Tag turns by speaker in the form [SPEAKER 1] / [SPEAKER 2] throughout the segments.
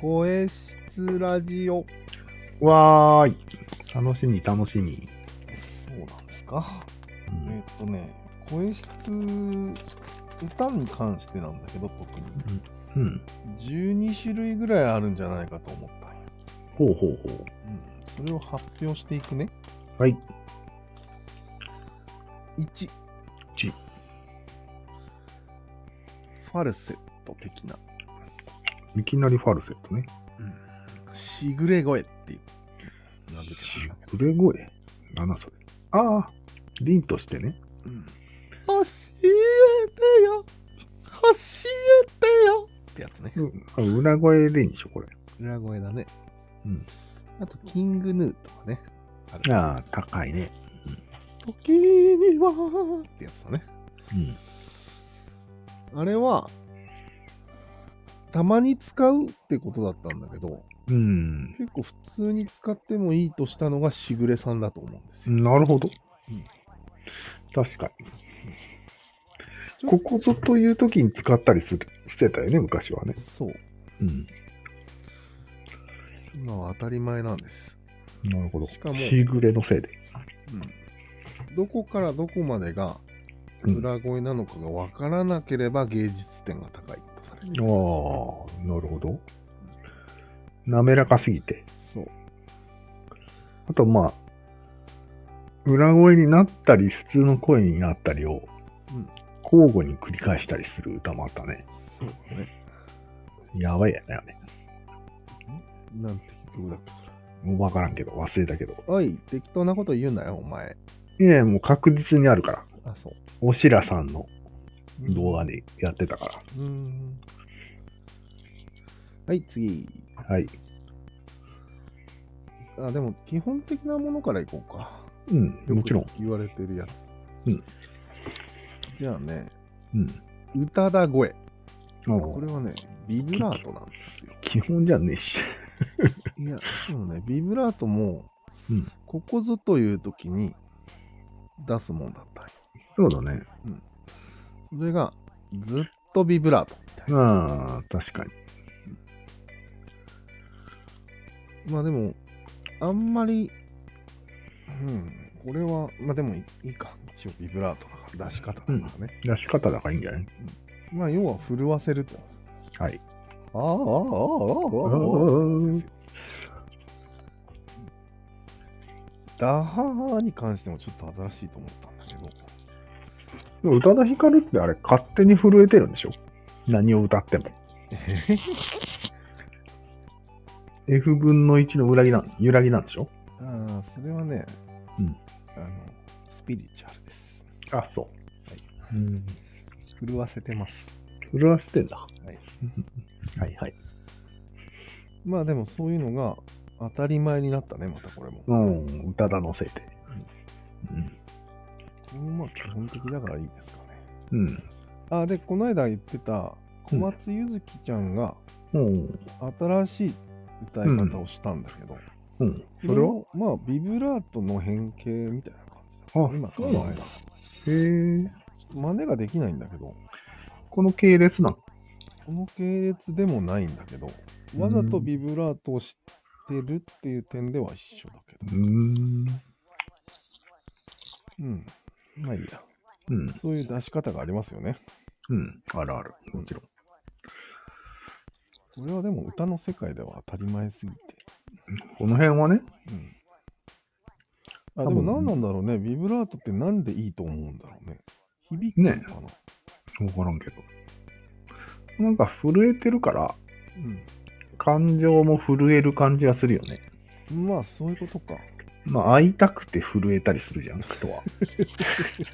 [SPEAKER 1] 性質ラジオ。
[SPEAKER 2] わーい。楽しみ、楽しみ。
[SPEAKER 1] そうなんですか。
[SPEAKER 2] うん
[SPEAKER 1] えっとね、声質、歌に関してなんだけど、特に。
[SPEAKER 2] うん。
[SPEAKER 1] 12種類ぐらいあるんじゃないかと思ったんよ。
[SPEAKER 2] ほうほうほ
[SPEAKER 1] うん。それを発表していくね。
[SPEAKER 2] う。はい。
[SPEAKER 1] 1。
[SPEAKER 2] 一
[SPEAKER 1] ファルセット的な。
[SPEAKER 2] いきなりファルセットね。
[SPEAKER 1] しぐれ声っていう。なんでか知らんけど
[SPEAKER 2] しぐれ声なんだそれ。ああ、凛としてね。
[SPEAKER 1] うん。教えてよ教えてよってやつね。
[SPEAKER 2] うんあ裏声でいいんでしょ、これ。
[SPEAKER 1] 裏声だね。
[SPEAKER 2] うん。
[SPEAKER 1] あと、キングヌーとかね。ある
[SPEAKER 2] ああ、高いね。
[SPEAKER 1] 時にはってやつだね。
[SPEAKER 2] うん。
[SPEAKER 1] あれは、たまに使うってことだったんだけど、
[SPEAKER 2] うん。
[SPEAKER 1] 結構普通に使ってもいいとしたのがしぐれさんだと思うんですよ。
[SPEAKER 2] なるほど。
[SPEAKER 1] うん
[SPEAKER 2] 確か
[SPEAKER 1] ち
[SPEAKER 2] に。
[SPEAKER 1] ょ
[SPEAKER 2] ここぞという時に使ったりするしてたよね、昔はね。
[SPEAKER 1] そう。
[SPEAKER 2] うん。
[SPEAKER 1] 今は当たり前なんです。
[SPEAKER 2] なるほど。
[SPEAKER 1] しかも
[SPEAKER 2] しぐれのせいで。
[SPEAKER 1] うん。どこからどこまでが
[SPEAKER 2] うん
[SPEAKER 1] 裏声なのかがわからなければ芸術点が高いとされてい
[SPEAKER 2] ああ
[SPEAKER 1] る。、
[SPEAKER 2] なるほど。滑らかすぎて。
[SPEAKER 1] そう。
[SPEAKER 2] あと、まあ、裏声になったり、普通の声になったりを
[SPEAKER 1] うん、
[SPEAKER 2] 交互に繰り返したりする歌もあったね。
[SPEAKER 1] そうだね。
[SPEAKER 2] やばいやつだよね。
[SPEAKER 1] なんて曲だっけそれ。
[SPEAKER 2] もうわからんけど、忘れたけど。
[SPEAKER 1] おい、適当なこと言うなよ、お前。
[SPEAKER 2] いやいやもう確実にあるから。
[SPEAKER 1] あ、そう。
[SPEAKER 2] おしらさんの動画でやってたか
[SPEAKER 1] うん。はい、次。
[SPEAKER 2] ら。はい。
[SPEAKER 1] あ、でも基本的なものからいこうか。
[SPEAKER 2] うん、もちろん
[SPEAKER 1] よ。く言われてるやつ。
[SPEAKER 2] うん。
[SPEAKER 1] じゃあね、
[SPEAKER 2] うん。
[SPEAKER 1] 歌だ声。こ
[SPEAKER 2] も
[SPEAKER 1] れはね、ビブラートなんですよ。
[SPEAKER 2] う基本じゃねえし。
[SPEAKER 1] いや、でもね、ビブラートも
[SPEAKER 2] うん、
[SPEAKER 1] ここぞという時に出すもんだったんよ
[SPEAKER 2] そうだね。
[SPEAKER 1] それが、ずっとビブラートみたいな。
[SPEAKER 2] ああ、確かに。
[SPEAKER 1] まあでも、あんまり、うん、これは、まあでもいいいか。一応ビブラートだから、出し方だからね。
[SPEAKER 2] 出し方だからいいんじゃない
[SPEAKER 1] まあ要は震わせると。
[SPEAKER 2] はい。
[SPEAKER 1] ああ、ああ、ああ、
[SPEAKER 2] あ
[SPEAKER 1] ああ、ああ。ダハーに関してもちょっと新しいと思ったんだけど、
[SPEAKER 2] でも宇多田ヒカルってあれ勝手に震えてるんでしょ何を歌っても。F 分の1の裏切なん揺らぎなんでしょ
[SPEAKER 1] ああ、それはね、
[SPEAKER 2] うん
[SPEAKER 1] あの、スピリチュアルです。
[SPEAKER 2] あ、そう。うん
[SPEAKER 1] 震わせてます。。
[SPEAKER 2] 震わせてんだ。はい はいはい。
[SPEAKER 1] まあでもそういうのが当たり前になったね、またこれも。
[SPEAKER 2] うん、宇多田のせいで。うん。
[SPEAKER 1] うん、まあ基本的だからいいですかね。
[SPEAKER 2] うん。
[SPEAKER 1] ああ、で、この間言ってた小松ゆずきちゃんが
[SPEAKER 2] うん。
[SPEAKER 1] 新しい歌い方をしたんだけど、
[SPEAKER 2] うん。それは
[SPEAKER 1] もまあビブラートの変形みたいな感じだ。
[SPEAKER 2] あ
[SPEAKER 1] 今
[SPEAKER 2] そうなんだ
[SPEAKER 1] 考え
[SPEAKER 2] へえ。
[SPEAKER 1] たちょっと真似ができないんだけど、
[SPEAKER 2] この系列なの
[SPEAKER 1] この系列でもないんだけど、
[SPEAKER 2] うん
[SPEAKER 1] わざとビブラートを知ってるっていう点では一緒だけど。
[SPEAKER 2] うん。
[SPEAKER 1] うん。まあいいや。
[SPEAKER 2] うん。
[SPEAKER 1] そういう出し方がありますよね。
[SPEAKER 2] うん。あるある。もちろん。
[SPEAKER 1] これはでも歌の世界では当たり前すぎて。
[SPEAKER 2] この辺はね、
[SPEAKER 1] うん。あ、
[SPEAKER 2] 多
[SPEAKER 1] で
[SPEAKER 2] 分
[SPEAKER 1] も何なんだろうね。ビブラートってなんでいいと思うんだろうね。響くの
[SPEAKER 2] ね
[SPEAKER 1] かな。
[SPEAKER 2] わからんけど。なんか震えてるから、感情も震える感じがするよね。
[SPEAKER 1] うん。まあそういうことか。
[SPEAKER 2] まあ、会いたくて震えたりするじゃん、人は。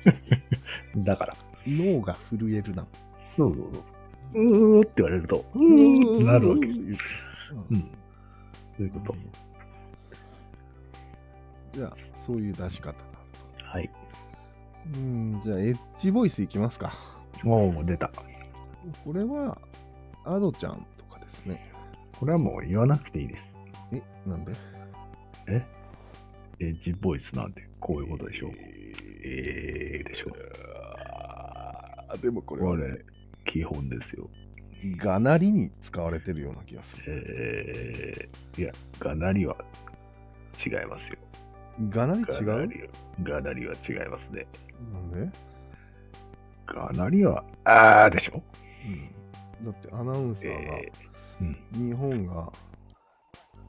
[SPEAKER 2] だから。
[SPEAKER 1] 脳が震えるな。
[SPEAKER 2] そうそうそう。うーって言われると、うーってなるわ
[SPEAKER 1] う
[SPEAKER 2] け。
[SPEAKER 1] ん
[SPEAKER 2] うん。そういうこと。
[SPEAKER 1] じゃあ、そういう出し方だ。
[SPEAKER 2] はい。
[SPEAKER 1] うん、じゃあ、エッジボイスいきますか。
[SPEAKER 2] おお、出た。
[SPEAKER 1] これは、アドちゃんとかですね。
[SPEAKER 2] これはもう言わなくていいです。
[SPEAKER 1] え、なんで
[SPEAKER 2] エッジボイスなんて、こういうことでしょう。
[SPEAKER 1] え
[SPEAKER 2] えー、でしょう。
[SPEAKER 1] ー、でもこれは
[SPEAKER 2] こ
[SPEAKER 1] ね
[SPEAKER 2] れ、基本ですよ。
[SPEAKER 1] がなりに使われてるような気がする。
[SPEAKER 2] えー、いや、がなりは違いますよ。
[SPEAKER 1] がなり違
[SPEAKER 2] が
[SPEAKER 1] う
[SPEAKER 2] なりがなりは違いますね。
[SPEAKER 1] なんで、
[SPEAKER 2] がなりは、あーでしょ
[SPEAKER 1] うん、だってアナウンサーが
[SPEAKER 2] えー、うん。
[SPEAKER 1] 日本が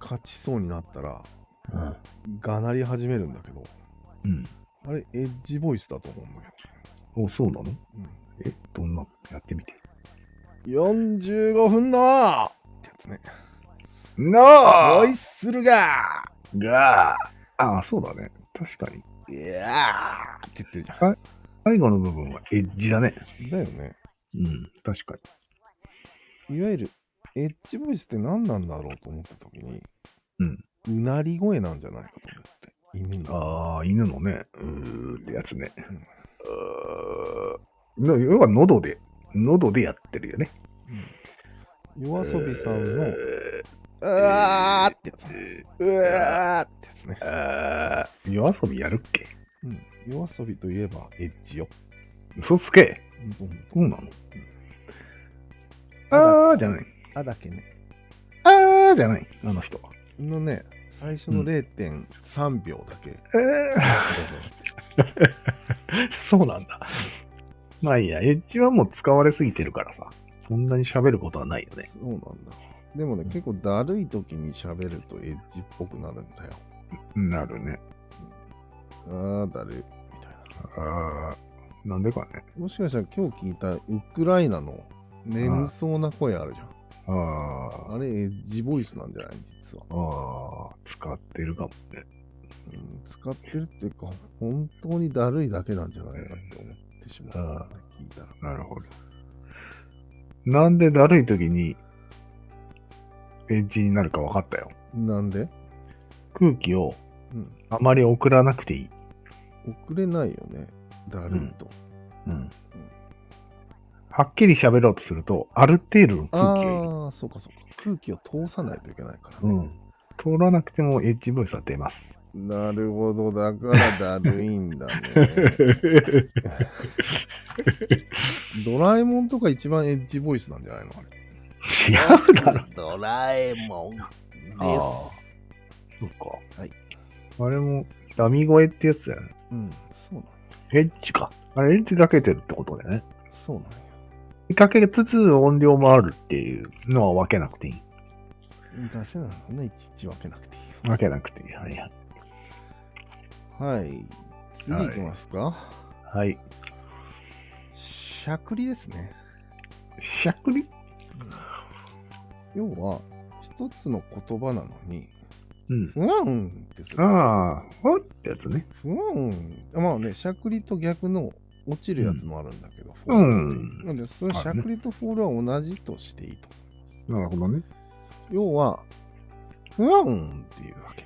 [SPEAKER 1] 勝ちそうになったら、
[SPEAKER 2] うん
[SPEAKER 1] がなり始めるんだけど、
[SPEAKER 2] うん。
[SPEAKER 1] あれ、エッジボイスだと思うんだけ
[SPEAKER 2] お、そうなの
[SPEAKER 1] ど。
[SPEAKER 2] え、どんな、やってみて。
[SPEAKER 1] うん、45分のってやつね。
[SPEAKER 2] な
[SPEAKER 1] ボイスするが
[SPEAKER 2] がああ、そうだね。確かに。
[SPEAKER 1] いやーって言ってるじゃ
[SPEAKER 2] 最後の部分はエッジだね。
[SPEAKER 1] ん。だよね。
[SPEAKER 2] うん、確かに。
[SPEAKER 1] いわゆる、エッジボイスって何なんだろうと思った時に、
[SPEAKER 2] うん。
[SPEAKER 1] うなり声なんじゃないかと思って。犬の。
[SPEAKER 2] ああ、犬のね、うーってやつね。
[SPEAKER 1] うん
[SPEAKER 2] うーの要は喉で、喉でやってるよね。
[SPEAKER 1] 夜遊びさんの、
[SPEAKER 2] え
[SPEAKER 1] うわーってやつ。うわーってやつね。
[SPEAKER 2] ーあー夜遊びやるっけ
[SPEAKER 1] うん。夜遊びといえば、エッジよ。
[SPEAKER 2] 嘘つけ
[SPEAKER 1] うんうん
[SPEAKER 2] そうなのあーじゃない。
[SPEAKER 1] あだけね。
[SPEAKER 2] あーじゃない。あの人。
[SPEAKER 1] のね、最初の
[SPEAKER 2] うん
[SPEAKER 1] 0.3秒だけ違う
[SPEAKER 2] えー そうなんだ。まあいいや、エッジはもう使われすぎてるからさ、そんなに喋ることはないよね。
[SPEAKER 1] そうなんだ。でもね、結構だるい時に喋るとエッジっぽくなるんだよ。
[SPEAKER 2] なるね。
[SPEAKER 1] あー、だるい。みたいな。
[SPEAKER 2] ああ、なんでかね。
[SPEAKER 1] もしかしたら今日聞いたウクライナの眠そうな声あるじゃん。
[SPEAKER 2] あ
[SPEAKER 1] あれ、エッジボイスなんじゃない実は、
[SPEAKER 2] あ、ああ、使ってるかもね。
[SPEAKER 1] うん。使ってるっていうか、本当にだるいだけなんじゃないかって思ってしまった
[SPEAKER 2] うん。
[SPEAKER 1] 聞いたら。
[SPEAKER 2] なるほど。なんでだるい時にエッジになるか分かったよ。
[SPEAKER 1] なんで
[SPEAKER 2] 空気を
[SPEAKER 1] うん。
[SPEAKER 2] あまり送らなくていい。
[SPEAKER 1] 遅れないよね。だるいと。
[SPEAKER 2] うん。はっきり喋ろうとすると、ある程度の空気を入れる
[SPEAKER 1] ああ、そうかそうか。空気を通さないといけないから
[SPEAKER 2] う
[SPEAKER 1] ね
[SPEAKER 2] ん。。通らなくてもエッジボイスは出 ます。
[SPEAKER 1] なるほど。だからだるいんだ ね。ドラえもんとか一番エッジボイスなんじゃないのあ
[SPEAKER 2] 違うだ
[SPEAKER 1] れ
[SPEAKER 2] ろ。
[SPEAKER 1] ドラえもんで
[SPEAKER 2] あ
[SPEAKER 1] す。
[SPEAKER 2] そうか。
[SPEAKER 1] はい。
[SPEAKER 2] あれも、ダミ声ってやつだよね。
[SPEAKER 1] うん、そうなんよ
[SPEAKER 2] エッジか。あれ、エッジかけてるってことだよね。
[SPEAKER 1] そうなんよ
[SPEAKER 2] かけつつ音量もあるっていうのは分けなくていい。
[SPEAKER 1] 出せないのね、いちいち分けなくていいよ。
[SPEAKER 2] 分けなくていい。はいはい。
[SPEAKER 1] はい。次行きますか。
[SPEAKER 2] はい。
[SPEAKER 1] しゃくりですね。
[SPEAKER 2] しゃくり
[SPEAKER 1] 要は、一つの言葉なのに、
[SPEAKER 2] うん。
[SPEAKER 1] ふわんってする。
[SPEAKER 2] ああ、わってやつね。
[SPEAKER 1] ふわん。まあね、しゃくりと逆の落ちるやつもあるんだけど、フォ
[SPEAKER 2] う
[SPEAKER 1] ールってい
[SPEAKER 2] ん。
[SPEAKER 1] なんで、それ、しゃくりとフォールは同じとしていいと思います。
[SPEAKER 2] なるほどね。
[SPEAKER 1] 要は、ふわんっていうわけ。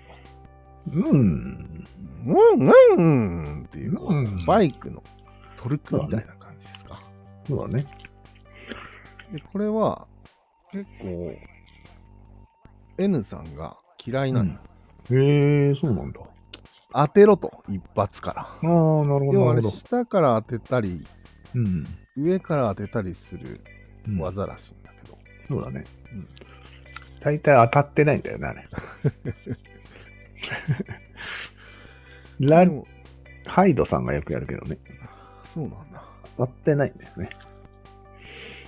[SPEAKER 2] うん。
[SPEAKER 1] ふわんふわんっていう、
[SPEAKER 2] うん
[SPEAKER 1] バイクのトルクみたいな感じですか。
[SPEAKER 2] そうだね。
[SPEAKER 1] で、これは、結構、N さんが嫌いなの、
[SPEAKER 2] うんへえ、そうなんだ。
[SPEAKER 1] 当てろと、一発から。
[SPEAKER 2] ああ、なるほ
[SPEAKER 1] 要
[SPEAKER 2] ど、
[SPEAKER 1] はあれ、
[SPEAKER 2] なるほど。
[SPEAKER 1] 下から当てたり、
[SPEAKER 2] うん。
[SPEAKER 1] 上から当てたりする
[SPEAKER 2] うん
[SPEAKER 1] 技らしいんだけど、
[SPEAKER 2] そうだね。
[SPEAKER 1] うん
[SPEAKER 2] 大体当たってないんだよね、あれ。ラ
[SPEAKER 1] でも
[SPEAKER 2] ハイドさんがよくやるけどね。
[SPEAKER 1] そうなんだ。
[SPEAKER 2] 当たってないんだよね。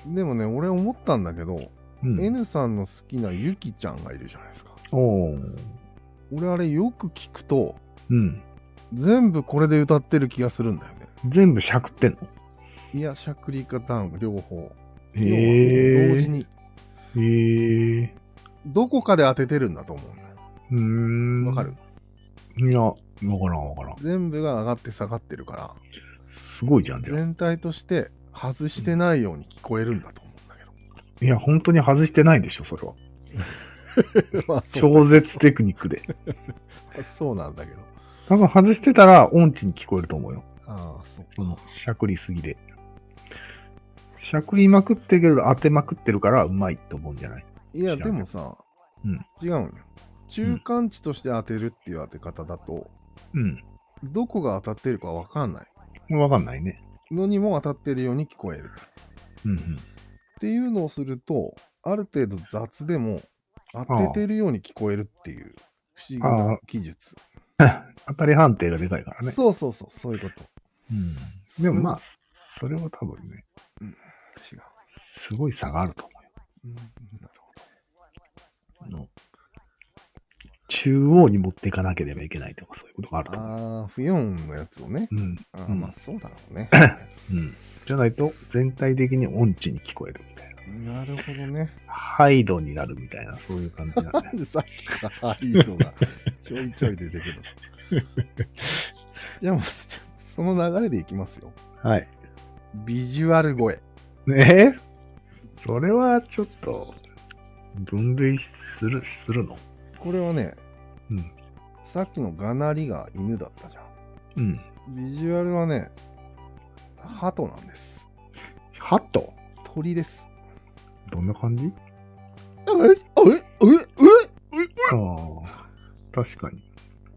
[SPEAKER 1] でもね、俺思ったんだけど、
[SPEAKER 2] うん、
[SPEAKER 1] N さんの好きなゆきちゃんがいるじゃないですか。
[SPEAKER 2] おー
[SPEAKER 1] 俺あれよく聞くと、
[SPEAKER 2] うん。
[SPEAKER 1] 全部これで歌ってる気がするんだよね。
[SPEAKER 2] 全部しゃくってんの
[SPEAKER 1] いや、しゃくりかダウン、両方。
[SPEAKER 2] へ
[SPEAKER 1] 要は同時
[SPEAKER 2] え。
[SPEAKER 1] に、
[SPEAKER 2] へえ。
[SPEAKER 1] どこかで当ててるんだと思うのよ
[SPEAKER 2] うーん。
[SPEAKER 1] わかる、
[SPEAKER 2] いや、わからんわからん。
[SPEAKER 1] 全部が上がって下がってるから、
[SPEAKER 2] すごいじゃん、じゃあ
[SPEAKER 1] 全体として外してないように聞こえるんだと思うんだけ
[SPEAKER 2] いや、本当に外してないでしょ、それは。
[SPEAKER 1] ど。 まあそう
[SPEAKER 2] 超絶テクニックで。
[SPEAKER 1] そうなんだけど。
[SPEAKER 2] 多分外してたら音痴に聞こえると思うよ。
[SPEAKER 1] ああ、そう
[SPEAKER 2] このしゃくりすぎで。しゃくりまくってるけど、当てまくってるからうまいと思うんじゃない
[SPEAKER 1] いや、でもさ、
[SPEAKER 2] うん
[SPEAKER 1] 違うんよ。中間値として当てるっていう当て方だと、
[SPEAKER 2] う
[SPEAKER 1] どこが当たってるかわかんない
[SPEAKER 2] ん。わかんないね。
[SPEAKER 1] のにも当たってるように聞こえる。
[SPEAKER 2] うん
[SPEAKER 1] っていうのをすると、ある程度雑でも当ててるように聞こえるっていう不思議な技術。
[SPEAKER 2] 当たり判定がでかいからね。
[SPEAKER 1] そうそうそう、そういうこと。
[SPEAKER 2] うん。でもまあ、それは多分ね、
[SPEAKER 1] 違う。
[SPEAKER 2] すごい差があると思
[SPEAKER 1] うんなる
[SPEAKER 2] う。あの中央に持っていかなければいけないとか、そういうことがある
[SPEAKER 1] ほ
[SPEAKER 2] と
[SPEAKER 1] ど
[SPEAKER 2] 思う。
[SPEAKER 1] ああ、フヨンのやつをね。
[SPEAKER 2] うん。
[SPEAKER 1] あー
[SPEAKER 2] うん
[SPEAKER 1] まあそうだろう ね。
[SPEAKER 2] うん。じゃないと、全体的に音痴に聞こえるみたいな。
[SPEAKER 1] なるほどね。
[SPEAKER 2] ハイドになるみたいな、そういう感じなん
[SPEAKER 1] な
[SPEAKER 2] ね
[SPEAKER 1] ん。でさっきからハイドがちょいちょい出てくるのじゃあもう、その流れでいきますよ。
[SPEAKER 2] はい。
[SPEAKER 1] ビジュアル声。
[SPEAKER 2] ねえそれはちょっと、分類する、するの
[SPEAKER 1] これはね、
[SPEAKER 2] うん
[SPEAKER 1] さっきのガナリが犬だったじゃん。
[SPEAKER 2] うん。
[SPEAKER 1] ビジュアルはね、鳩なんです。
[SPEAKER 2] ハット
[SPEAKER 1] 鳥です。
[SPEAKER 2] どんな感じ
[SPEAKER 1] ええええ
[SPEAKER 2] ああ、確かに。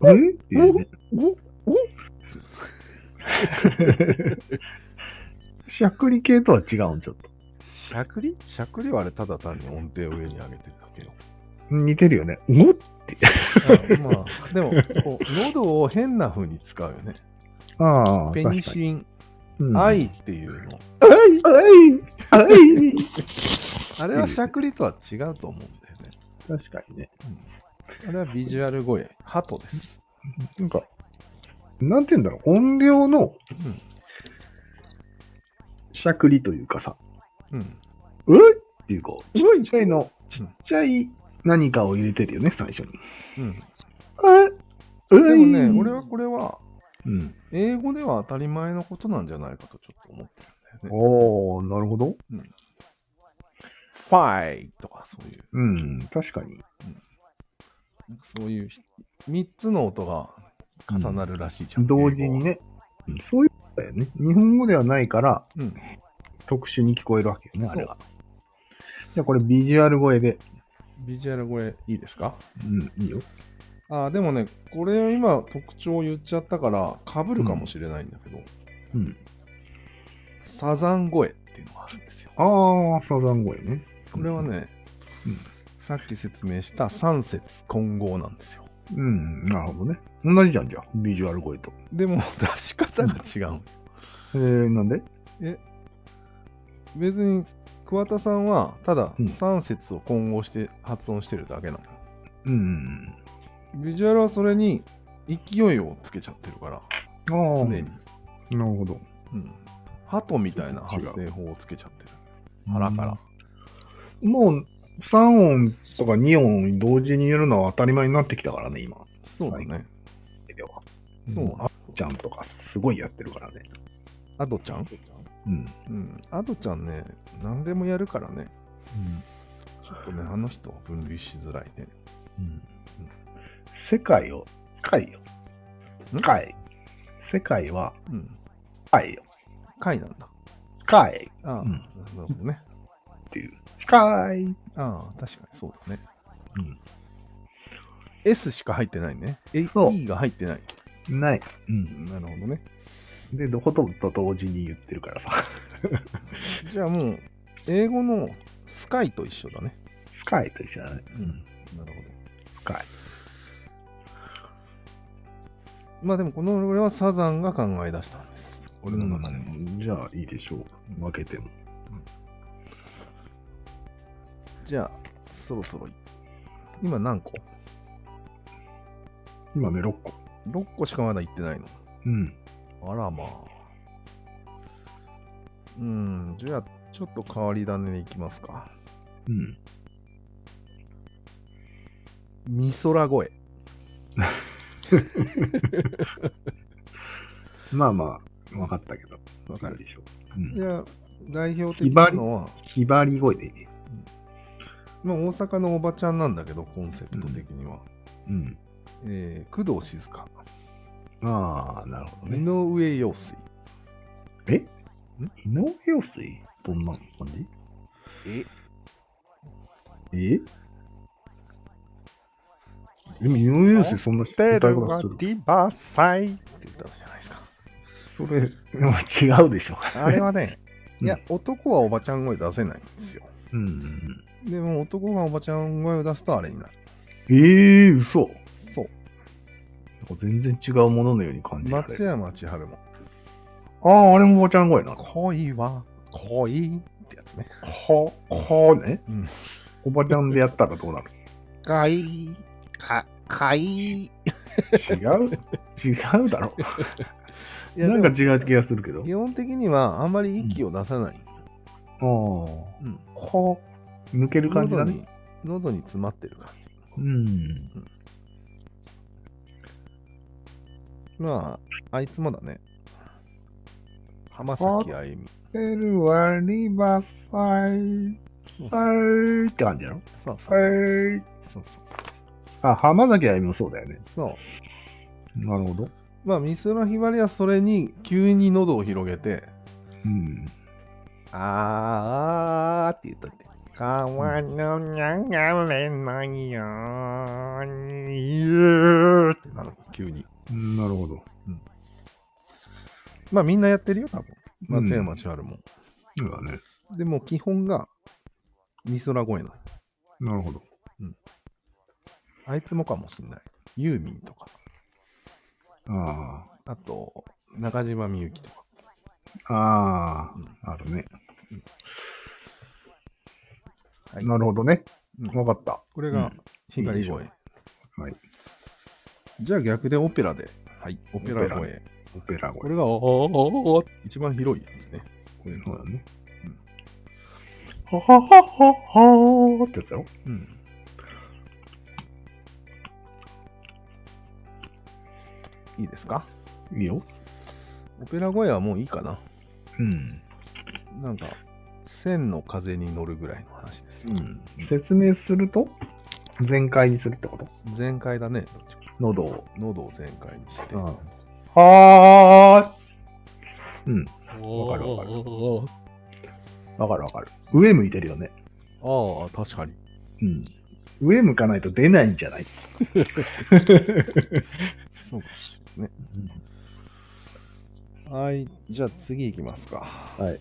[SPEAKER 2] えっていうね。
[SPEAKER 1] お
[SPEAKER 2] しゃくり系とは違うん、ちょっと。
[SPEAKER 1] しゃくりしゃくりはあれただ単に音程を上に上げてるだけよ。
[SPEAKER 2] 似てるよね。う
[SPEAKER 1] まあ、でもこう、喉を変な風に使うよね。
[SPEAKER 2] おああ、
[SPEAKER 1] ペニシ
[SPEAKER 2] リ
[SPEAKER 1] リン、
[SPEAKER 2] ン
[SPEAKER 1] 愛。っていうの。
[SPEAKER 2] あいあい
[SPEAKER 1] あれはしゃくりとは違うと思うんだよね。
[SPEAKER 2] 確かにね。
[SPEAKER 1] あれはビジュアル声、鳩です。
[SPEAKER 2] なんか、なんて言うんだろう。音量の
[SPEAKER 1] うん
[SPEAKER 2] しゃくりというかさ、
[SPEAKER 1] うん。
[SPEAKER 2] うえっていうか、ち
[SPEAKER 1] う
[SPEAKER 2] っちゃいの、ちっちゃい何かを入れてるよね、最初に。
[SPEAKER 1] うん、
[SPEAKER 2] え
[SPEAKER 1] で
[SPEAKER 2] で
[SPEAKER 1] もね、俺はこれは、
[SPEAKER 2] うん。
[SPEAKER 1] 英語では当たり前のことなんじゃないかとちょっと思ってるんだよね。
[SPEAKER 2] おー、なるほど。
[SPEAKER 1] ファイとかそういう、
[SPEAKER 2] うん、確かに。
[SPEAKER 1] なんかそういう3つの音が重なるらしいじゃん。
[SPEAKER 2] 同時にね、うんそういうことだよね。日本語ではないから、
[SPEAKER 1] 英語は。うん。
[SPEAKER 2] 特殊に聞こえるわけよね、
[SPEAKER 1] そう
[SPEAKER 2] あれが。じゃあこれビジュアル声で、
[SPEAKER 1] ビジュアル声いいですか
[SPEAKER 2] うん、いいよ。
[SPEAKER 1] ああ、でもね、これ今特徴を言っちゃったから、かぶるかもしれないんだけど、
[SPEAKER 2] うん。
[SPEAKER 1] サザン声っていうのがあるんですよ。
[SPEAKER 2] あー、サザン声ね。
[SPEAKER 1] これはね、
[SPEAKER 2] うん
[SPEAKER 1] さっき説明した三節混合なんですよ。
[SPEAKER 2] うん、なるほどね。同じじゃん、じゃあ、ビジュアル声と。
[SPEAKER 1] でも 出し方が違う。
[SPEAKER 2] えー、なんで
[SPEAKER 1] 別に桑田さんはただ
[SPEAKER 2] うん
[SPEAKER 1] 三節を混合して発音してるだけなの。
[SPEAKER 2] うん。
[SPEAKER 1] ビジュアルはそれに勢いをつけちゃってるから、
[SPEAKER 2] あー
[SPEAKER 1] 常に。
[SPEAKER 2] なるほど。
[SPEAKER 1] うん。鳩みたいな発声法をつけちゃってる。腹から。
[SPEAKER 2] もう3音とか2音同時に言えるのは当たり前になってきたからね、今。
[SPEAKER 1] そうだね。
[SPEAKER 2] では。
[SPEAKER 1] そう
[SPEAKER 2] あっちゃんとか、すごいやってるからね。
[SPEAKER 1] アドちゃん
[SPEAKER 2] うん。
[SPEAKER 1] うん。アドちゃんね、何でもやるからね。ちょっとね、あの人は分類しづらいね。
[SPEAKER 2] うん世界を、界よ。
[SPEAKER 1] ん
[SPEAKER 2] 界。世界は、
[SPEAKER 1] うん。
[SPEAKER 2] 界よ。
[SPEAKER 1] 貝なんだ。
[SPEAKER 2] 界
[SPEAKER 1] ああ、
[SPEAKER 2] うん
[SPEAKER 1] なるほどね。
[SPEAKER 2] っていう。界。
[SPEAKER 1] ああ、確かにそうだね。
[SPEAKER 2] うん。
[SPEAKER 1] S しか入ってないね。え
[SPEAKER 2] そう
[SPEAKER 1] E が入ってない。
[SPEAKER 2] ない。うん。
[SPEAKER 1] なるほどね。
[SPEAKER 2] で、どことと同時に言ってるからさ。
[SPEAKER 1] じゃあもう、英語のスカイと一緒だね。
[SPEAKER 2] スカイと一緒だね。
[SPEAKER 1] うん。なるほど。
[SPEAKER 2] スカイ。
[SPEAKER 1] まあでも、この俺はサザンが考え出したんです。俺の中でも。
[SPEAKER 2] うんじゃあ、いいでしょう。負けても。
[SPEAKER 1] じゃあ、そろそろ。今何個
[SPEAKER 2] 今ね、6個。
[SPEAKER 1] ?6 個しかまだ行ってないの。
[SPEAKER 2] うん。
[SPEAKER 1] あらまあ。うん、じゃあ、ちょっと変わり種でいきますか。
[SPEAKER 2] うん。
[SPEAKER 1] 美空声。
[SPEAKER 2] まあまあ、分かったけど。分かるでしょう。うん
[SPEAKER 1] じゃあ、代表的なのは、
[SPEAKER 2] ひばり声でいいね。
[SPEAKER 1] まあ、大阪のおばちゃんなんだけど、コンセプト的には。
[SPEAKER 2] うん。
[SPEAKER 1] えー工藤静香、
[SPEAKER 2] ああ、なるほど
[SPEAKER 1] 井
[SPEAKER 2] ね。
[SPEAKER 1] 上陽水。
[SPEAKER 2] え井上陽水どんな感じ
[SPEAKER 1] え
[SPEAKER 2] えでも井上陽水そんな知ってたことする
[SPEAKER 1] ィバサイって言ったじゃないですか。
[SPEAKER 2] それ、違うでしょ。
[SPEAKER 1] あれはね、いや、男はおばちゃん声出せないんですよ。
[SPEAKER 2] うん。
[SPEAKER 1] でも男がおばちゃん声を出すとあれになる。
[SPEAKER 2] ええー、嘘
[SPEAKER 1] そう。
[SPEAKER 2] なんか全然違うもののように感じる。
[SPEAKER 1] 松山千春も。
[SPEAKER 2] ああ、あれもおばちゃん声なの。は、
[SPEAKER 1] 恋は恋ってやつね。
[SPEAKER 2] はね、
[SPEAKER 1] うん
[SPEAKER 2] おばちゃんでやったらどうなる
[SPEAKER 1] かい、か、かい。い
[SPEAKER 2] 違う違うだろ。
[SPEAKER 1] や、
[SPEAKER 2] なんか
[SPEAKER 1] でも
[SPEAKER 2] 違う気がするけど。
[SPEAKER 1] 基本的にはあまり息を出さない。
[SPEAKER 2] ああ、は、
[SPEAKER 1] うん。
[SPEAKER 2] 抜ける感じだ
[SPEAKER 1] 喉
[SPEAKER 2] ね。
[SPEAKER 1] に、喉に詰まってる感じ。
[SPEAKER 2] うん。
[SPEAKER 1] まあ、あいつもだね。浜崎あゆみ。
[SPEAKER 2] セルはリバーサイ
[SPEAKER 1] そう
[SPEAKER 2] ド。
[SPEAKER 1] そ
[SPEAKER 2] は
[SPEAKER 1] う
[SPEAKER 2] いって感じだろ。
[SPEAKER 1] そうそう
[SPEAKER 2] はい。
[SPEAKER 1] そうそう
[SPEAKER 2] あ、浜崎あゆみもそうだよね。
[SPEAKER 1] そう。そう。
[SPEAKER 2] なるほど。
[SPEAKER 1] まあ、美空ひばりはそれに急に喉を広げて、
[SPEAKER 2] うん。
[SPEAKER 1] あーあーって言ったって。川の流れのようにってなるの急に。
[SPEAKER 2] なるほど。
[SPEAKER 1] まあみんなやってるよ、多分。
[SPEAKER 2] うん
[SPEAKER 1] 松山千春も。
[SPEAKER 2] そうだね。
[SPEAKER 1] でも基本が美空声なの。
[SPEAKER 2] なるほど。
[SPEAKER 1] あいつもかもしんない。ユーミンとか、
[SPEAKER 2] あ
[SPEAKER 1] あと中島みゆきとか。
[SPEAKER 2] あ。あ
[SPEAKER 1] うん
[SPEAKER 2] あ。あるね。
[SPEAKER 1] はい
[SPEAKER 2] なるほどね。
[SPEAKER 1] うん
[SPEAKER 2] わかった。
[SPEAKER 1] これがひばり声。
[SPEAKER 2] いいはい。
[SPEAKER 1] じゃあ逆でオペラで。はい、オペラ
[SPEAKER 2] オペ
[SPEAKER 1] 声。
[SPEAKER 2] オペラ
[SPEAKER 1] こ
[SPEAKER 2] 声。
[SPEAKER 1] れがおーおーおーおー一番広いやつね。これ
[SPEAKER 2] そうだね
[SPEAKER 1] うん。
[SPEAKER 2] はははははーってやつだろ
[SPEAKER 1] うん。いいですか
[SPEAKER 2] いいよ。
[SPEAKER 1] オペラ声はもういいかな。
[SPEAKER 2] うん。
[SPEAKER 1] なんか、千の風に乗るぐらいの話ですよ。
[SPEAKER 2] うん、説明すると全開にするってこと
[SPEAKER 1] 全開だね。
[SPEAKER 2] 喉を。
[SPEAKER 1] 喉を全開にして。
[SPEAKER 2] うんはーい。うん。
[SPEAKER 1] わ
[SPEAKER 2] かるわかる
[SPEAKER 1] る。
[SPEAKER 2] わかるわかる。上向いてるよね。
[SPEAKER 1] ああ、確かに。
[SPEAKER 2] うん。上向かないと出ないんじゃない
[SPEAKER 1] そうかもしれないね。はい。じゃあ次行きますか。
[SPEAKER 2] はい。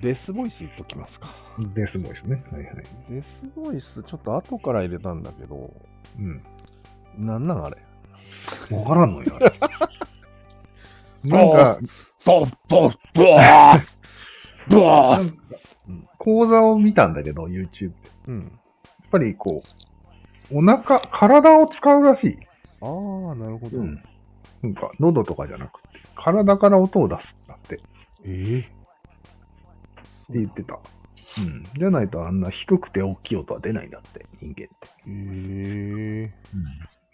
[SPEAKER 1] デスボイスいっときますか。
[SPEAKER 2] ですごいですね。はいはい。
[SPEAKER 1] デスボイス、ちょっと後から入れたんだけど、
[SPEAKER 2] うん。
[SPEAKER 1] なんなんあれ
[SPEAKER 2] わからんのよ。あれなんか、
[SPEAKER 1] そう、ボーブース ブー
[SPEAKER 2] なんか講座を見たんだけど、YouTube で。や
[SPEAKER 1] うん。
[SPEAKER 2] っぱりこう、お腹、体を使うらしい。
[SPEAKER 1] ああ、なるほど。
[SPEAKER 2] うん。なんか、喉とかじゃなくて、体から音を出すんだって。
[SPEAKER 1] ええ
[SPEAKER 2] って言ってた。うん。じゃないとあんな低くて大きい音は出ないんだって、人間って。
[SPEAKER 1] ええ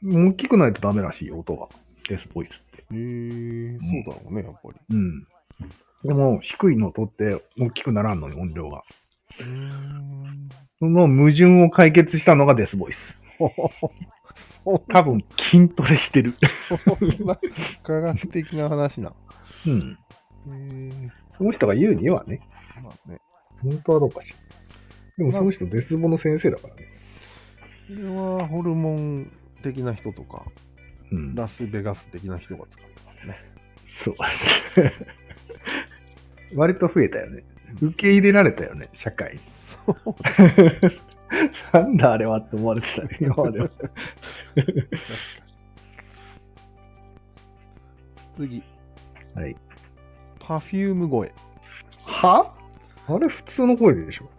[SPEAKER 2] うん。大きくないとダメらしいよ、音が。デスボイスって。
[SPEAKER 1] ええそうだろうね、やっぱり。
[SPEAKER 2] うん。でも、低いの音って大きくならんのに音量が。
[SPEAKER 1] うーん。
[SPEAKER 2] その矛盾を解決したのがデスボイス。
[SPEAKER 1] そ
[SPEAKER 2] 多分、筋トレしてる。
[SPEAKER 1] んな 科学的な話な。
[SPEAKER 2] うん。
[SPEAKER 1] ええ
[SPEAKER 2] その人が言うにはね、
[SPEAKER 1] まあね。
[SPEAKER 2] 本当はどうかしら。でも、その人、デスボの先生だからね。
[SPEAKER 1] これはホルモン的な人とか、
[SPEAKER 2] うん。
[SPEAKER 1] ラスベガス的な人が使ってますね。
[SPEAKER 2] そう。 割と増えたよね。受け入れられたよね、社会に。
[SPEAKER 1] そう。
[SPEAKER 2] なんだあれはって思われてたね、今までは。
[SPEAKER 1] 確かに。次、
[SPEAKER 2] はい、
[SPEAKER 1] パフューム声。
[SPEAKER 2] はあれ普通の声でしょ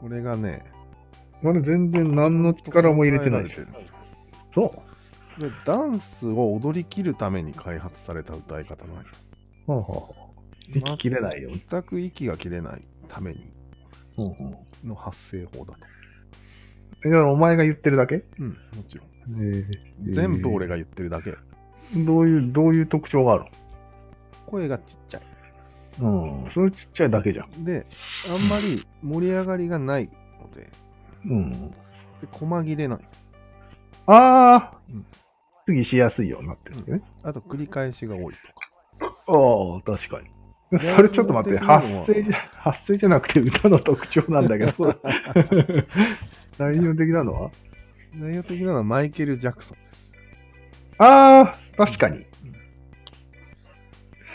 [SPEAKER 1] これがね、
[SPEAKER 2] あれ全然何の力も入れてないでしょ
[SPEAKER 1] 考えられてる
[SPEAKER 2] そ
[SPEAKER 1] これダンスを踊り切るために開発された歌い方なんよ
[SPEAKER 2] う。はあはあ息切れないよ。
[SPEAKER 1] 全く息が切れないために
[SPEAKER 2] ほうほう
[SPEAKER 1] の発声法だと。
[SPEAKER 2] えだからお前が言ってるだけ、
[SPEAKER 1] うん、もちろん。
[SPEAKER 2] えー
[SPEAKER 1] 全部俺が言ってるだけ。
[SPEAKER 2] どういう、どういう特徴がある
[SPEAKER 1] 声がちっちゃい。
[SPEAKER 2] のうん。それちっちゃいだけじゃん。
[SPEAKER 1] で、あんまり盛り上がりがないので、
[SPEAKER 2] うん。
[SPEAKER 1] で細切れない。
[SPEAKER 2] ああ、
[SPEAKER 1] うん
[SPEAKER 2] 次しやすいようになってるわけね。
[SPEAKER 1] あと繰り返しが多いとか。
[SPEAKER 2] ああ、確かに。そ
[SPEAKER 1] や
[SPEAKER 2] れちょっと待って、
[SPEAKER 1] 基本
[SPEAKER 2] 発
[SPEAKER 1] 的には
[SPEAKER 2] 声じゃ、発声じゃなくて歌の特徴なんだけど。 内容的なのは
[SPEAKER 1] 内容的なのはマイケル・ジャクソンです。
[SPEAKER 2] ああ、確かに。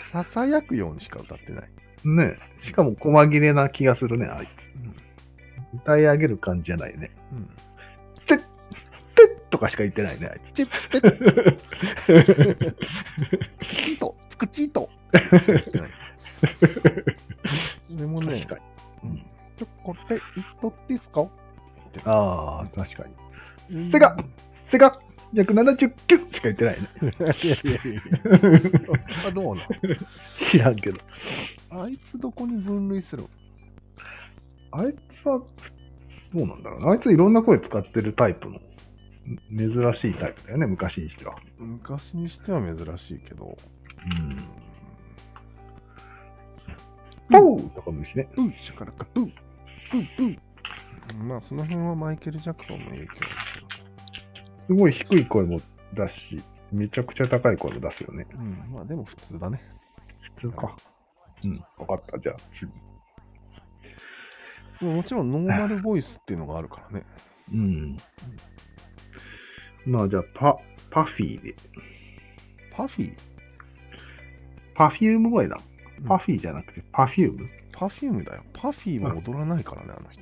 [SPEAKER 1] ささやくようにしか歌ってない。
[SPEAKER 2] ねしかも細切れな気がするね、あいつ。歌い上げる感じじゃないね。
[SPEAKER 1] うん。
[SPEAKER 2] ペッとかしか言ってないね、あい
[SPEAKER 1] チッペッ、
[SPEAKER 2] つ。
[SPEAKER 1] つくちーと、つくちーと。しか言 ってない。でもね
[SPEAKER 2] 確、かに。
[SPEAKER 1] うん、ちょ、これ、いっとっていいっすか
[SPEAKER 2] ああ、確かに。
[SPEAKER 1] て
[SPEAKER 2] てか、背が179しか言ってないね。
[SPEAKER 1] いやいやいやいや。あどうな
[SPEAKER 2] 知らんけど。
[SPEAKER 1] のあいつどこに分類する
[SPEAKER 2] あいつは、どうなんだろうな。あいついろんな声使ってるタイプの、珍しいタイプだよね、昔にしては。
[SPEAKER 1] 昔にしては珍しいけど。
[SPEAKER 2] うん。
[SPEAKER 1] う
[SPEAKER 2] ポーとかもいるしね。
[SPEAKER 1] ブーシャカラカブーブーブーまあその辺はマイケル・ジャクソンの影響です
[SPEAKER 2] ごい低い声も出すし、めちゃくちゃ高い声も出すよね。
[SPEAKER 1] すよ。うん、まあでも普通だね。
[SPEAKER 2] 普通か。うん、わかった。じゃあ、次。
[SPEAKER 1] でももちろんノーマルボイスっていうのがあるからね。
[SPEAKER 2] うん。まあ、じゃあ、パ、パフィーで。
[SPEAKER 1] パフィー
[SPEAKER 2] パフューム声だ
[SPEAKER 1] う。ん
[SPEAKER 2] パフィーじゃなくて、パフューム
[SPEAKER 1] パフィームだよ。パフィーも踊らないからね、あの人。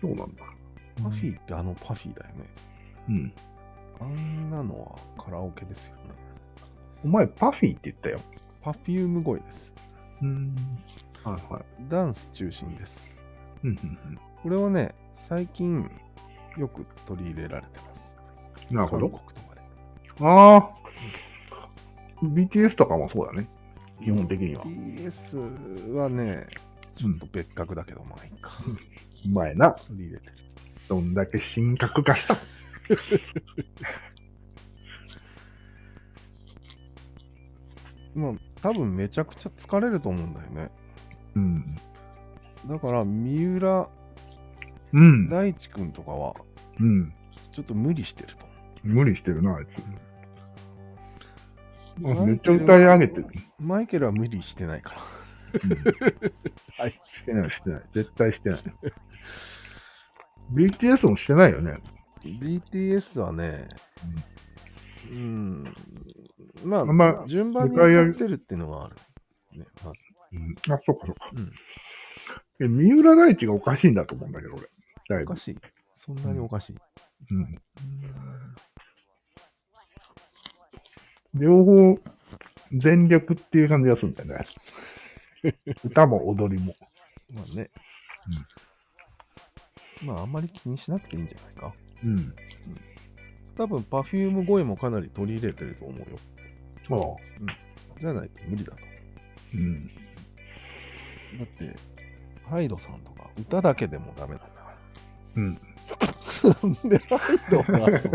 [SPEAKER 2] そうなんだ。
[SPEAKER 1] パフィーってあのパフィーだよね。
[SPEAKER 2] うん。
[SPEAKER 1] あんなのはカラオケですよね。
[SPEAKER 2] お前、パフィーって言ったよ。
[SPEAKER 1] パフューム声です。
[SPEAKER 2] うん。はいはい。
[SPEAKER 1] ダンス中心です。
[SPEAKER 2] うんうん
[SPEAKER 1] これはね、最近よく取り入れられてます。
[SPEAKER 2] うん。なるほ
[SPEAKER 1] 韓国。
[SPEAKER 2] ど
[SPEAKER 1] とかで。
[SPEAKER 2] ああ。BTS とかもそうだね。基本的には。
[SPEAKER 1] BTS はね、ちょっと別格だけど、まあいいか。
[SPEAKER 2] うまいな。
[SPEAKER 1] 取り入れてる。
[SPEAKER 2] どんだけ神格化した。
[SPEAKER 1] まあ、多分めちゃくちゃ疲れると思うんだよね。
[SPEAKER 2] うん。
[SPEAKER 1] だから、三浦
[SPEAKER 2] うん。
[SPEAKER 1] 大知くんとかは、
[SPEAKER 2] うん。
[SPEAKER 1] ちょっと無理してると思
[SPEAKER 2] 無理してるな、あいつ。
[SPEAKER 1] う。
[SPEAKER 2] めっちゃ歌い上げてる。
[SPEAKER 1] マイケルは無理してないから。
[SPEAKER 2] はい。してない、してない。絶対してない。BTS もしてないよね。
[SPEAKER 1] BTS はね、うん、まあ、
[SPEAKER 2] あんま
[SPEAKER 1] 順番に歌ってるっていうのがある。ね、まず
[SPEAKER 2] うん、あ、そっかそっか。
[SPEAKER 1] うん
[SPEAKER 2] え三浦大知がおかしいんだと思うんだけど、俺。だい
[SPEAKER 1] お
[SPEAKER 2] ぶ
[SPEAKER 1] か。しい。そんなにおかしい。
[SPEAKER 2] うん。
[SPEAKER 1] うん
[SPEAKER 2] 両方、全力っていう感じがするんだよね。 歌も踊りも。
[SPEAKER 1] まあね。まあ、あんまり気にしなくていいんじゃないか。
[SPEAKER 2] うん。
[SPEAKER 1] 多分、パフューム声もかなり取り入れてると思うよ。
[SPEAKER 2] そ
[SPEAKER 1] じゃないと無理だと。
[SPEAKER 2] う。うん。
[SPEAKER 1] だって、ハイドさんとか、歌だけでもダメなんだか
[SPEAKER 2] うん。
[SPEAKER 1] ら。 なんで、ハイドがそう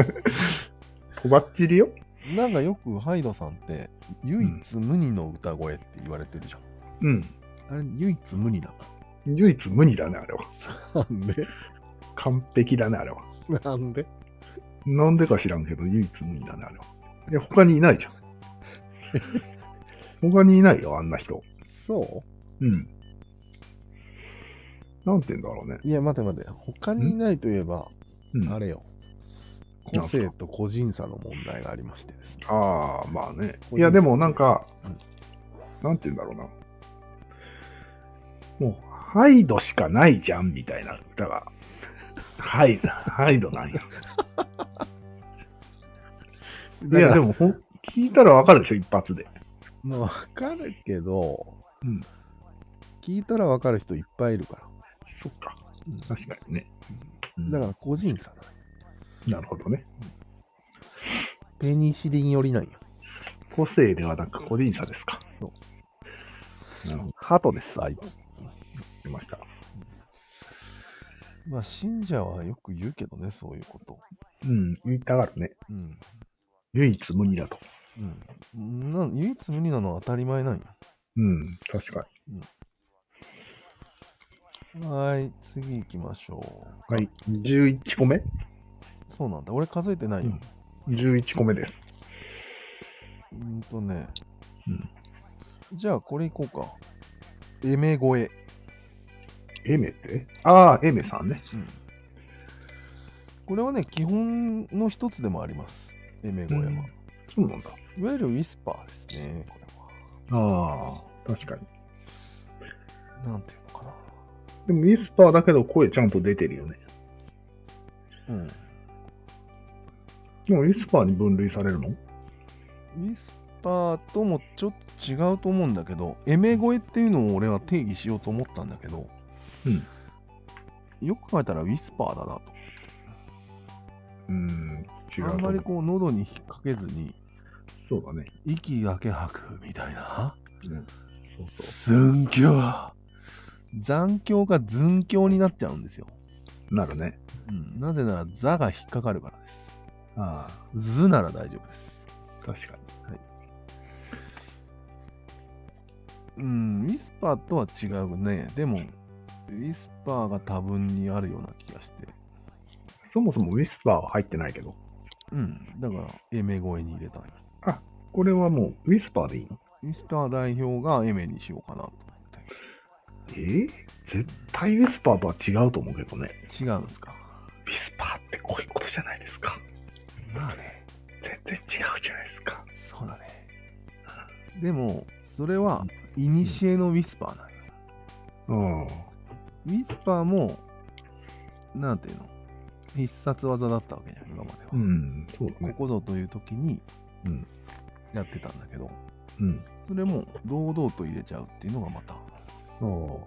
[SPEAKER 2] とばっちりよ。
[SPEAKER 1] なんかよくハイドさんって、唯一無二の歌声って言われてるじゃん。
[SPEAKER 2] うん。
[SPEAKER 1] あれ、唯一無二な
[SPEAKER 2] 唯一無二だね、あれは。
[SPEAKER 1] の。なんで
[SPEAKER 2] 完璧だね、あれは。
[SPEAKER 1] なんで
[SPEAKER 2] なんでか知らんけど、唯一無二だね、あれは。いや、他にいないじゃ ん。他にいないよ、あんな人。
[SPEAKER 1] そ
[SPEAKER 2] うん。なんて言うんだろうね。
[SPEAKER 1] ういや、待て待て。他にいないといえば、
[SPEAKER 2] うん、
[SPEAKER 1] あれよ。個性と個人差の問題がありましてですね。
[SPEAKER 2] ああ、まあね。
[SPEAKER 1] 個人差
[SPEAKER 2] いや、でもなんか、
[SPEAKER 1] うん
[SPEAKER 2] なんて言うんだろうな。もう、ハイドしかないじゃん、みたいな歌が。ハイド、ハイ ドなんや。いや、でもほん、聞いたらわかるでしょ、一発で。
[SPEAKER 1] まあ、わかるけど、
[SPEAKER 2] うん
[SPEAKER 1] 聞いたらわかる人いっぱいいるから。
[SPEAKER 2] そっか。
[SPEAKER 1] うん
[SPEAKER 2] 確かにね。、
[SPEAKER 1] だからら個人差だ。
[SPEAKER 2] なるほどね。
[SPEAKER 1] ペニシリン寄りなんよ。
[SPEAKER 2] 個性ではなく個人差ですか。
[SPEAKER 1] そう。
[SPEAKER 2] なるほど。
[SPEAKER 1] ハトです、あいつ。
[SPEAKER 2] 出ました。
[SPEAKER 1] まあ、信者はよく言うけどね、そういうこと。
[SPEAKER 2] うん、言いたがるね。
[SPEAKER 1] うん。
[SPEAKER 2] 唯一無二だと。
[SPEAKER 1] うん。なん唯一無二なのは当たり前なんよ。
[SPEAKER 2] うん、確か
[SPEAKER 1] はーい、次行きましょ
[SPEAKER 2] に。はい。11個目
[SPEAKER 1] う。そうなんだ。俺数えてないよ。
[SPEAKER 2] ?11 個目です。
[SPEAKER 1] うーんとね。
[SPEAKER 2] うん
[SPEAKER 1] じゃあ、これ行こうか。エメ声。
[SPEAKER 2] エメってああ、エメさんね。
[SPEAKER 1] うんこれはね、基本の一つでもあります。エメ声は。
[SPEAKER 2] そうなんだ。
[SPEAKER 1] いわゆるウィスパーですね、これは。
[SPEAKER 2] ああ、確かに。
[SPEAKER 1] なんていうのかな。
[SPEAKER 2] でも、ウィスパーだけど声ちゃんと出てるよね。
[SPEAKER 1] うん。
[SPEAKER 2] でも、ウィスパーに分類されるの
[SPEAKER 1] ウィスパーともちょっと違うと思うんだけど、エメ声っていうのを俺は定義しようと思ったんだけど、
[SPEAKER 2] うん
[SPEAKER 1] よく考えたらウィスパーだなと。
[SPEAKER 2] うーん、違うと
[SPEAKER 1] あん
[SPEAKER 2] 思
[SPEAKER 1] まり
[SPEAKER 2] う。
[SPEAKER 1] こう喉に引っ掛けずに、
[SPEAKER 2] そうだね。
[SPEAKER 1] 息だけ吐くみたいな。
[SPEAKER 2] うん。そうそう。
[SPEAKER 1] 寸強残響が寸強になっちゃうんですよ。
[SPEAKER 2] なるね。
[SPEAKER 1] うん、なぜなら、座が引っかかるからです。
[SPEAKER 2] ああ、
[SPEAKER 1] 図なら大丈夫です。
[SPEAKER 2] 確か
[SPEAKER 1] うん、ウィスパーとは違うね。でも、ウィスパーが多分にあるような気がして。
[SPEAKER 2] に。そもそもウィスパーは入ってないけど、
[SPEAKER 1] うん、だから、エメ声に入れたい。
[SPEAKER 2] これはもうウィスパーでいいの
[SPEAKER 1] ウィスパー代表がエメにしようかなと思っ
[SPEAKER 2] えー絶対ウィスパーとは違うと思うけどね。
[SPEAKER 1] て。違うんですか
[SPEAKER 2] ウィスパーってこういうことじゃないですか。
[SPEAKER 1] まあね、
[SPEAKER 2] 全然違うじゃないですか。
[SPEAKER 1] そうだね。でも、それは、イニシエのウィスパーなの。
[SPEAKER 2] う
[SPEAKER 1] ウ
[SPEAKER 2] ん。
[SPEAKER 1] ィスパーも、なんていうの必殺技だったわけじゃん、今までは。
[SPEAKER 2] うん、そうだ
[SPEAKER 1] こ
[SPEAKER 2] ね。
[SPEAKER 1] こぞという時に
[SPEAKER 2] うん
[SPEAKER 1] やってたんだけど、
[SPEAKER 2] うん。
[SPEAKER 1] それも堂々と入れちゃうっていうのがまた
[SPEAKER 2] ああ。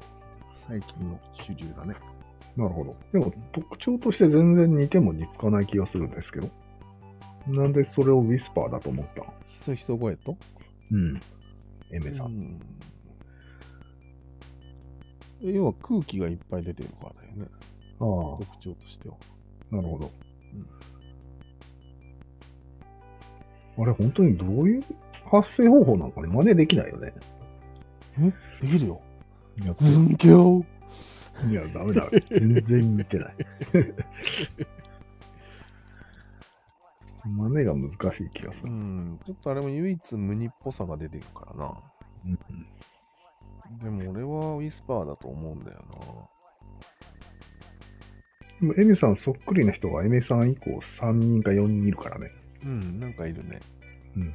[SPEAKER 1] 最近の主流だね。
[SPEAKER 2] なるほど。でも特徴として全然似ても似つかない気がするんですけど。なんでそれをウィスパーだと思った
[SPEAKER 1] ひそひそ声と、
[SPEAKER 2] うん。エメ
[SPEAKER 1] う
[SPEAKER 2] さん。
[SPEAKER 1] ん、要は空気がいっぱい出てるからだよね、
[SPEAKER 2] ああ、
[SPEAKER 1] 特徴としては。
[SPEAKER 2] なるほど。あれ、本当にどういう発生方法なのかね真似できないよね。
[SPEAKER 1] できるよ。
[SPEAKER 2] いや、
[SPEAKER 1] ズンキョウ
[SPEAKER 2] いやダメだ。全然似て ない。真似が難しい気がす
[SPEAKER 1] う
[SPEAKER 2] る。
[SPEAKER 1] ん、ちょっとあれも唯一無二っぽさが出てるからな。
[SPEAKER 2] うん
[SPEAKER 1] でも俺はウィスパーだと思うんだよ
[SPEAKER 2] でもエメさんそっくりな人がエメさん以降3人か4人いるからね。
[SPEAKER 1] な。うん、なんかいるね。
[SPEAKER 2] うん。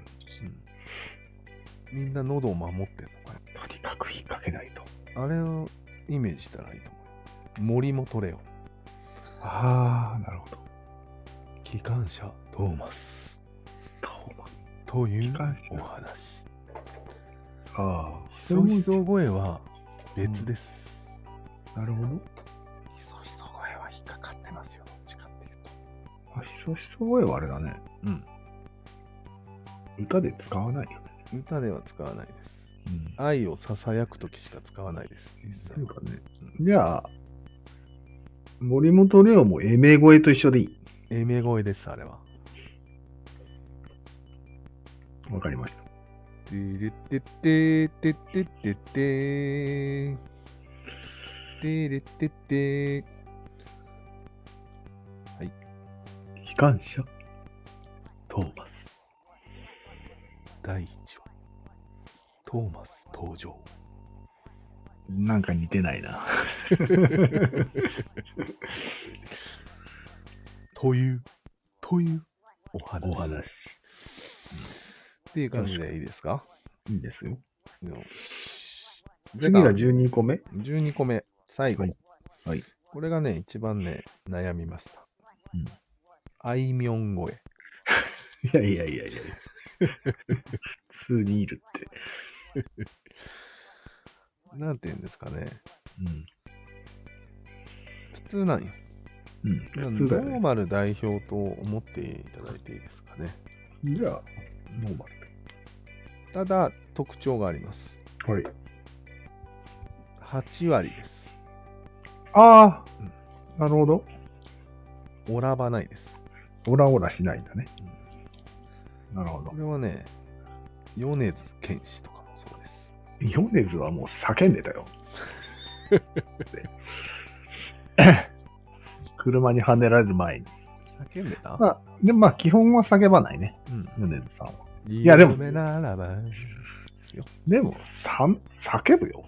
[SPEAKER 1] みんな喉を守ってるのかな
[SPEAKER 2] とにかく引っ掛けないと。
[SPEAKER 1] あれをイメージしたらいいと思う。森も取れよ。
[SPEAKER 2] ああ、なるほど。
[SPEAKER 1] 機関車トーマス。とい
[SPEAKER 2] 機
[SPEAKER 1] う
[SPEAKER 2] 関
[SPEAKER 1] お
[SPEAKER 2] 車。
[SPEAKER 1] 話。
[SPEAKER 2] ああ、
[SPEAKER 1] ひそひそ声は別です。
[SPEAKER 2] なるほど。
[SPEAKER 1] ひそひそ声は引っかかってますよ。どっちかっていうと。
[SPEAKER 2] あ、ひそひそ声はあれだね。
[SPEAKER 1] うん。
[SPEAKER 2] 歌で使わないよね。
[SPEAKER 1] 歌では使わないです。
[SPEAKER 2] うん。
[SPEAKER 1] 愛をささやくときしか使わないです。実
[SPEAKER 2] と
[SPEAKER 1] 際
[SPEAKER 2] いう。かね。じゃあ、森本レオもエメ声と一緒でいい。
[SPEAKER 1] エメ声です、あれは。
[SPEAKER 2] わかりました。
[SPEAKER 1] てれてててててててれてて
[SPEAKER 2] 機関車、トーマス。
[SPEAKER 1] 第1話トーマス登場
[SPEAKER 2] なんか似てないな。
[SPEAKER 1] というというお話
[SPEAKER 2] お話。
[SPEAKER 1] っていう感じでいいですか
[SPEAKER 2] いいですよ。
[SPEAKER 1] よしで
[SPEAKER 2] 次が12個目。
[SPEAKER 1] 12個目最後、
[SPEAKER 2] はいはい
[SPEAKER 1] これがね一番ね悩みました、
[SPEAKER 2] うん
[SPEAKER 1] あいみょん声
[SPEAKER 2] いやいやいやいや。 普通にいるって。
[SPEAKER 1] なんて言うんですかね
[SPEAKER 2] うん。
[SPEAKER 1] 普通なんよ
[SPEAKER 2] うん、
[SPEAKER 1] ノ
[SPEAKER 2] 普通だよ
[SPEAKER 1] ー
[SPEAKER 2] ね。
[SPEAKER 1] マル代表と思っていただいていいですかね。
[SPEAKER 2] じゃあ、ノーマ
[SPEAKER 1] ただ、特徴があります。
[SPEAKER 2] ル。はい。
[SPEAKER 1] 8割です。
[SPEAKER 2] ああ、なるほど。
[SPEAKER 1] おらばないです。
[SPEAKER 2] オラオラしないんだね。なるほど
[SPEAKER 1] こ。れはね、米津玄師とかもそうです。
[SPEAKER 2] 米津はもう叫んでたよ。 車にはねられる前に。
[SPEAKER 1] 叫んでた、
[SPEAKER 2] まあ、でもまあ基本は叫ばないね。
[SPEAKER 1] うん。
[SPEAKER 2] 米津さんは。
[SPEAKER 1] い
[SPEAKER 2] やでも
[SPEAKER 1] 夢ならばですよ。
[SPEAKER 2] でも、さん叫ぶよ。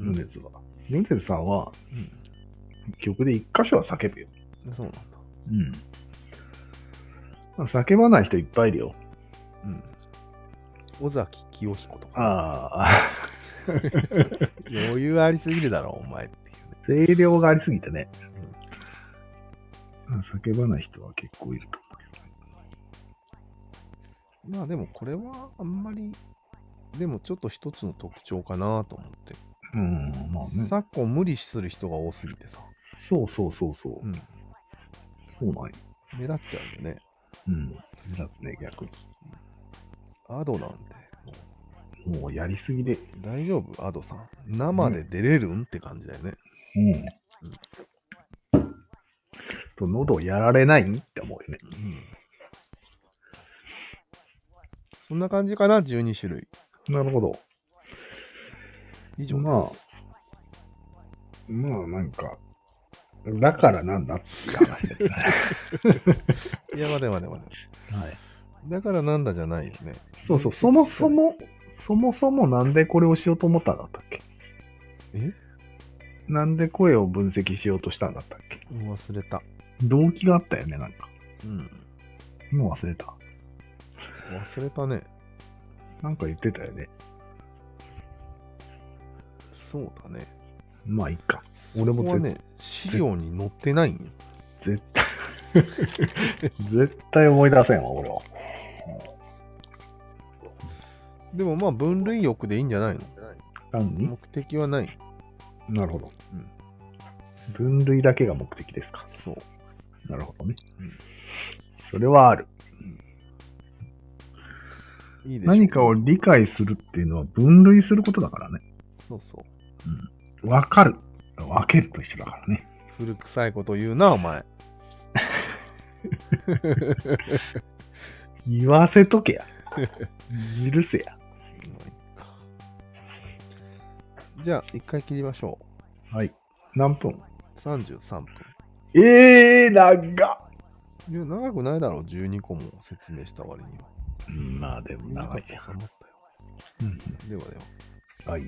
[SPEAKER 1] うん
[SPEAKER 2] 米津は。米津さんは
[SPEAKER 1] うん。
[SPEAKER 2] 曲で一箇所は叫ぶよ。
[SPEAKER 1] そうなんだ。
[SPEAKER 2] うん。まあ、叫ばない人いっぱいいるよ。
[SPEAKER 1] うん。尾崎清彦とか、
[SPEAKER 2] ああ、
[SPEAKER 1] 余裕ありすぎるだろ、お前っていうね。
[SPEAKER 2] 声量がありすぎてね。叫ばない人は結構いると思うけどね。
[SPEAKER 1] まあでもこれはあんまり、でもちょっと一つの特徴かなと思って。
[SPEAKER 2] うん、まあね。
[SPEAKER 1] 昨今無理する人が多すぎてさ、
[SPEAKER 2] そうそうそうそう。
[SPEAKER 1] うん
[SPEAKER 2] そうなんよ。
[SPEAKER 1] 目立っちゃうんでね。
[SPEAKER 2] うん。だってね、逆
[SPEAKER 1] アドなんて、
[SPEAKER 2] に。もうやりすぎで。
[SPEAKER 1] 大丈夫アドさん。生で出れるんって感じだよね。
[SPEAKER 2] うん。と、喉やられないって思うよね。
[SPEAKER 1] うんそんな感じかな、12種類。
[SPEAKER 2] なるほど。
[SPEAKER 1] 以上です。
[SPEAKER 2] まあ、まあなんか、だからなんだっていう話ですね。
[SPEAKER 1] いや、待て待て待て。
[SPEAKER 2] はい。
[SPEAKER 1] だからなんだじゃないよね。
[SPEAKER 2] そうそう、そもそも、そもそもなんでこれをしようと思ったんだったっけ
[SPEAKER 1] え
[SPEAKER 2] なんで声を分析しようとしたんだったっけ
[SPEAKER 1] 忘れた。
[SPEAKER 2] 動機があったよね、なんか。
[SPEAKER 1] うん。
[SPEAKER 2] もう忘れた。
[SPEAKER 1] 忘れたね。
[SPEAKER 2] なんか言ってたよね。
[SPEAKER 1] そうだね。
[SPEAKER 2] まあ、いいか。
[SPEAKER 1] 俺
[SPEAKER 2] 俺も
[SPEAKER 1] もはね、資料に載ってないんよ。
[SPEAKER 2] 絶対、 絶対思い出せんわ、俺は。
[SPEAKER 1] でもまあ、分類欲でいいんじゃないの
[SPEAKER 2] 何に
[SPEAKER 1] 目的はない。
[SPEAKER 2] なるほど、
[SPEAKER 1] うん
[SPEAKER 2] 分類だけが目的ですか。
[SPEAKER 1] そう。
[SPEAKER 2] なるほどね。
[SPEAKER 1] うん
[SPEAKER 2] それはある。
[SPEAKER 1] いいでしょう
[SPEAKER 2] 何かを理解するっていうのは分類することだからね。
[SPEAKER 1] そうそう。
[SPEAKER 2] わかる。分けると一緒だからね。
[SPEAKER 1] 古臭いこと言うな、お前。
[SPEAKER 2] 言わせとけや。許せや。
[SPEAKER 1] じゃあ、一回切りましょ
[SPEAKER 2] はい。何分
[SPEAKER 1] う。33分。
[SPEAKER 2] ええー、長っ。
[SPEAKER 1] いや、長くないだろう、12個も説明した割には。
[SPEAKER 2] まあでも長いじゃ
[SPEAKER 1] 短く収まったよ。
[SPEAKER 2] ん。
[SPEAKER 1] ではでは。
[SPEAKER 2] はい。